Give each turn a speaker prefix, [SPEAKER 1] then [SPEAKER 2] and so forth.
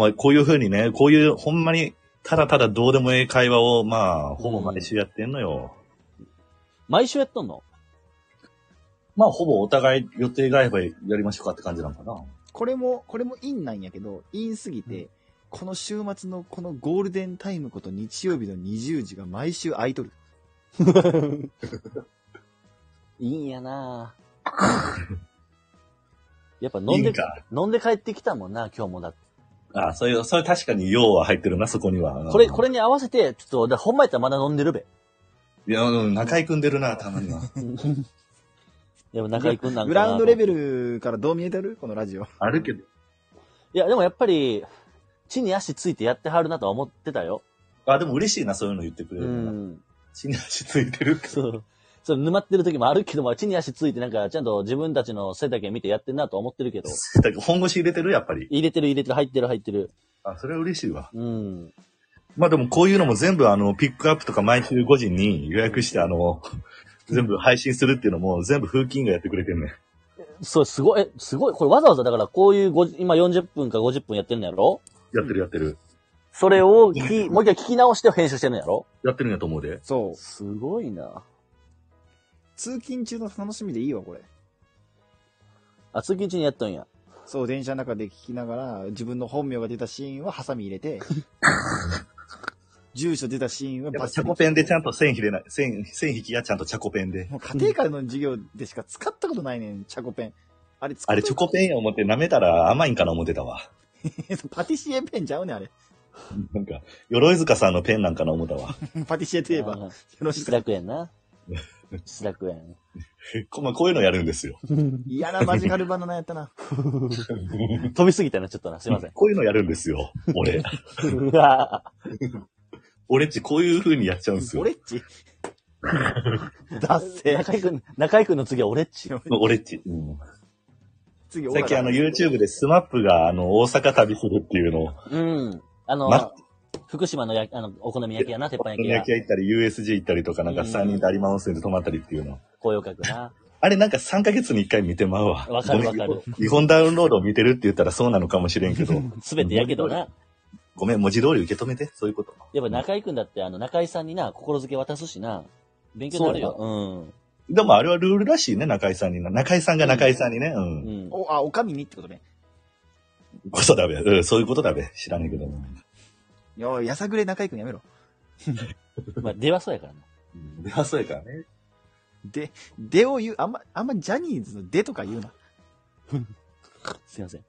[SPEAKER 1] まあ、こういうふうにね、こういう、ほんまに、ただただどうでもいい会話を、まあ、ほぼ毎週やってんのよ。
[SPEAKER 2] 毎週やっとんの
[SPEAKER 1] まあ、ほぼお互い予定外部やりましょうかって感じなのかな。
[SPEAKER 3] これも、これもインなんやけど、インすぎて、この週末のこのゴールデンタイムこと日曜日の20時が毎週空い とる。
[SPEAKER 2] いいんやな ぁやっぱ飲んで
[SPEAKER 1] いいか。
[SPEAKER 2] 飲んで帰ってきたもんな、今日もだって。
[SPEAKER 1] ああ、そういう、それ確かに用は入ってるな、そこには。うん
[SPEAKER 2] これ、これに合わせて、ちょっと、だからほんまやったらまだ飲んでるべ。
[SPEAKER 1] いや、うん、中居組んでるな、たまには。
[SPEAKER 2] でも中居くんなんかな。
[SPEAKER 3] グラウンドレベルからどう見えてるこのラジオ。
[SPEAKER 1] あるけど。
[SPEAKER 2] いや、でもやっぱり、地に足ついてやってはるなとは思ってたよ。
[SPEAKER 1] あ、でも嬉しいな、そういうの言ってくれ
[SPEAKER 2] う
[SPEAKER 1] るのが。
[SPEAKER 2] ん。
[SPEAKER 1] 地に足ついてるから。
[SPEAKER 2] そう。そう、沼ってる時もあるけども、地に足ついてなんか、ちゃんと自分たちの背丈見てやってんなとは思ってるけど。
[SPEAKER 1] だから本腰入れてるやっぱり。
[SPEAKER 2] 入れてる入れてる、入ってる入ってる。
[SPEAKER 1] あ、それは嬉しいわ。
[SPEAKER 2] うん。
[SPEAKER 1] まあでもこういうのも全部あの、ピックアップとか毎週5時に予約してあの、全部配信するっていうのも全部風紀委員がやってくれてるね。
[SPEAKER 2] そう、すごい、え、すごい。これわざわざだからこういうご、今40分か50分やってるんのやろ
[SPEAKER 1] やってるやってる。
[SPEAKER 2] それをき、もう一回聞き直して編集してるんのやろ
[SPEAKER 1] やってるんやと思うで。
[SPEAKER 3] そう。
[SPEAKER 2] すごいな。
[SPEAKER 3] 通勤中の楽しみでいいわ、これ。
[SPEAKER 2] あ、通勤中にやっとんや。
[SPEAKER 3] そう、電車の中で聞きながら、自分の本名が出たシーンはハサミ入れ て、住所出たシーンは
[SPEAKER 1] やっ
[SPEAKER 3] バ
[SPEAKER 1] ぱ
[SPEAKER 3] ス
[SPEAKER 1] チャコペンでちゃんと線引れない。線、線引きがちゃんとチャコペンで。
[SPEAKER 3] もう家庭科の授業でしか使ったことないねん、チャコペン。あれ使
[SPEAKER 1] あ
[SPEAKER 3] っ
[SPEAKER 1] れチョコペンや思って舐めたら甘いんかな思ってたわ。
[SPEAKER 3] パティシエペンちゃうねん、あれ。
[SPEAKER 1] なんか、鎧塚さんのペンなんかな思った わ。
[SPEAKER 3] パティシエといえば、よ
[SPEAKER 2] あー
[SPEAKER 3] ろし
[SPEAKER 2] 失
[SPEAKER 3] く。
[SPEAKER 2] 楽園 な。失楽園。
[SPEAKER 1] こまあこういうのやるんですよ。
[SPEAKER 3] 嫌なマジカルバナナやったな。
[SPEAKER 2] 飛びすぎたな、ちょっとな。すいませ ん。
[SPEAKER 1] こういうのやるんですよ。 俺。
[SPEAKER 2] うわ
[SPEAKER 1] 俺っちこういう風にやっちゃうんですよ。
[SPEAKER 3] 俺っち
[SPEAKER 2] ぁだっせ。中井くん、中井くんの次は俺っち。
[SPEAKER 1] 俺っち。うん
[SPEAKER 3] 次、
[SPEAKER 1] さっきあの
[SPEAKER 3] オラだ
[SPEAKER 1] YouTube でスマップがあの大阪旅するっていうのを、
[SPEAKER 2] うん。あの、
[SPEAKER 1] ま
[SPEAKER 2] 福島のやあのお好み焼きやな、鉄板焼きや
[SPEAKER 1] 焼き。屋行ったり USJ 行ったりとかなんか
[SPEAKER 2] うん
[SPEAKER 1] 3人で有馬温泉で泊まったりっていうの。
[SPEAKER 2] 高揚閣な。
[SPEAKER 1] あれなんか3ヶ月に1回見てまうわ。
[SPEAKER 2] わかるわかる
[SPEAKER 1] ごめん日本ダウンロードを見てるって言ったらそうなのかもしれんけ ど。
[SPEAKER 2] すべてやけどな。
[SPEAKER 1] ごめん、文字通り受け止めて、そういうこと。
[SPEAKER 2] やっぱ中井くんだって、あの、中井さんにな、心づけ渡すしな。勉強になるよ。
[SPEAKER 1] でもあれはルールらしいね、中井さんにな。中井さんが中井さんにね、う。
[SPEAKER 2] うん。うんん。
[SPEAKER 3] お、あ、おかみにってことね。
[SPEAKER 1] こそだべ、うん、そういうことだべ。知らねえけど。
[SPEAKER 3] いや、やさぐれ中居くんやめろ。
[SPEAKER 2] まあ、出はそうやからな。
[SPEAKER 1] うんではそうやからね。
[SPEAKER 3] で、でを言う、あんま、あんまジャニーズのでとか言うな。
[SPEAKER 2] すいません。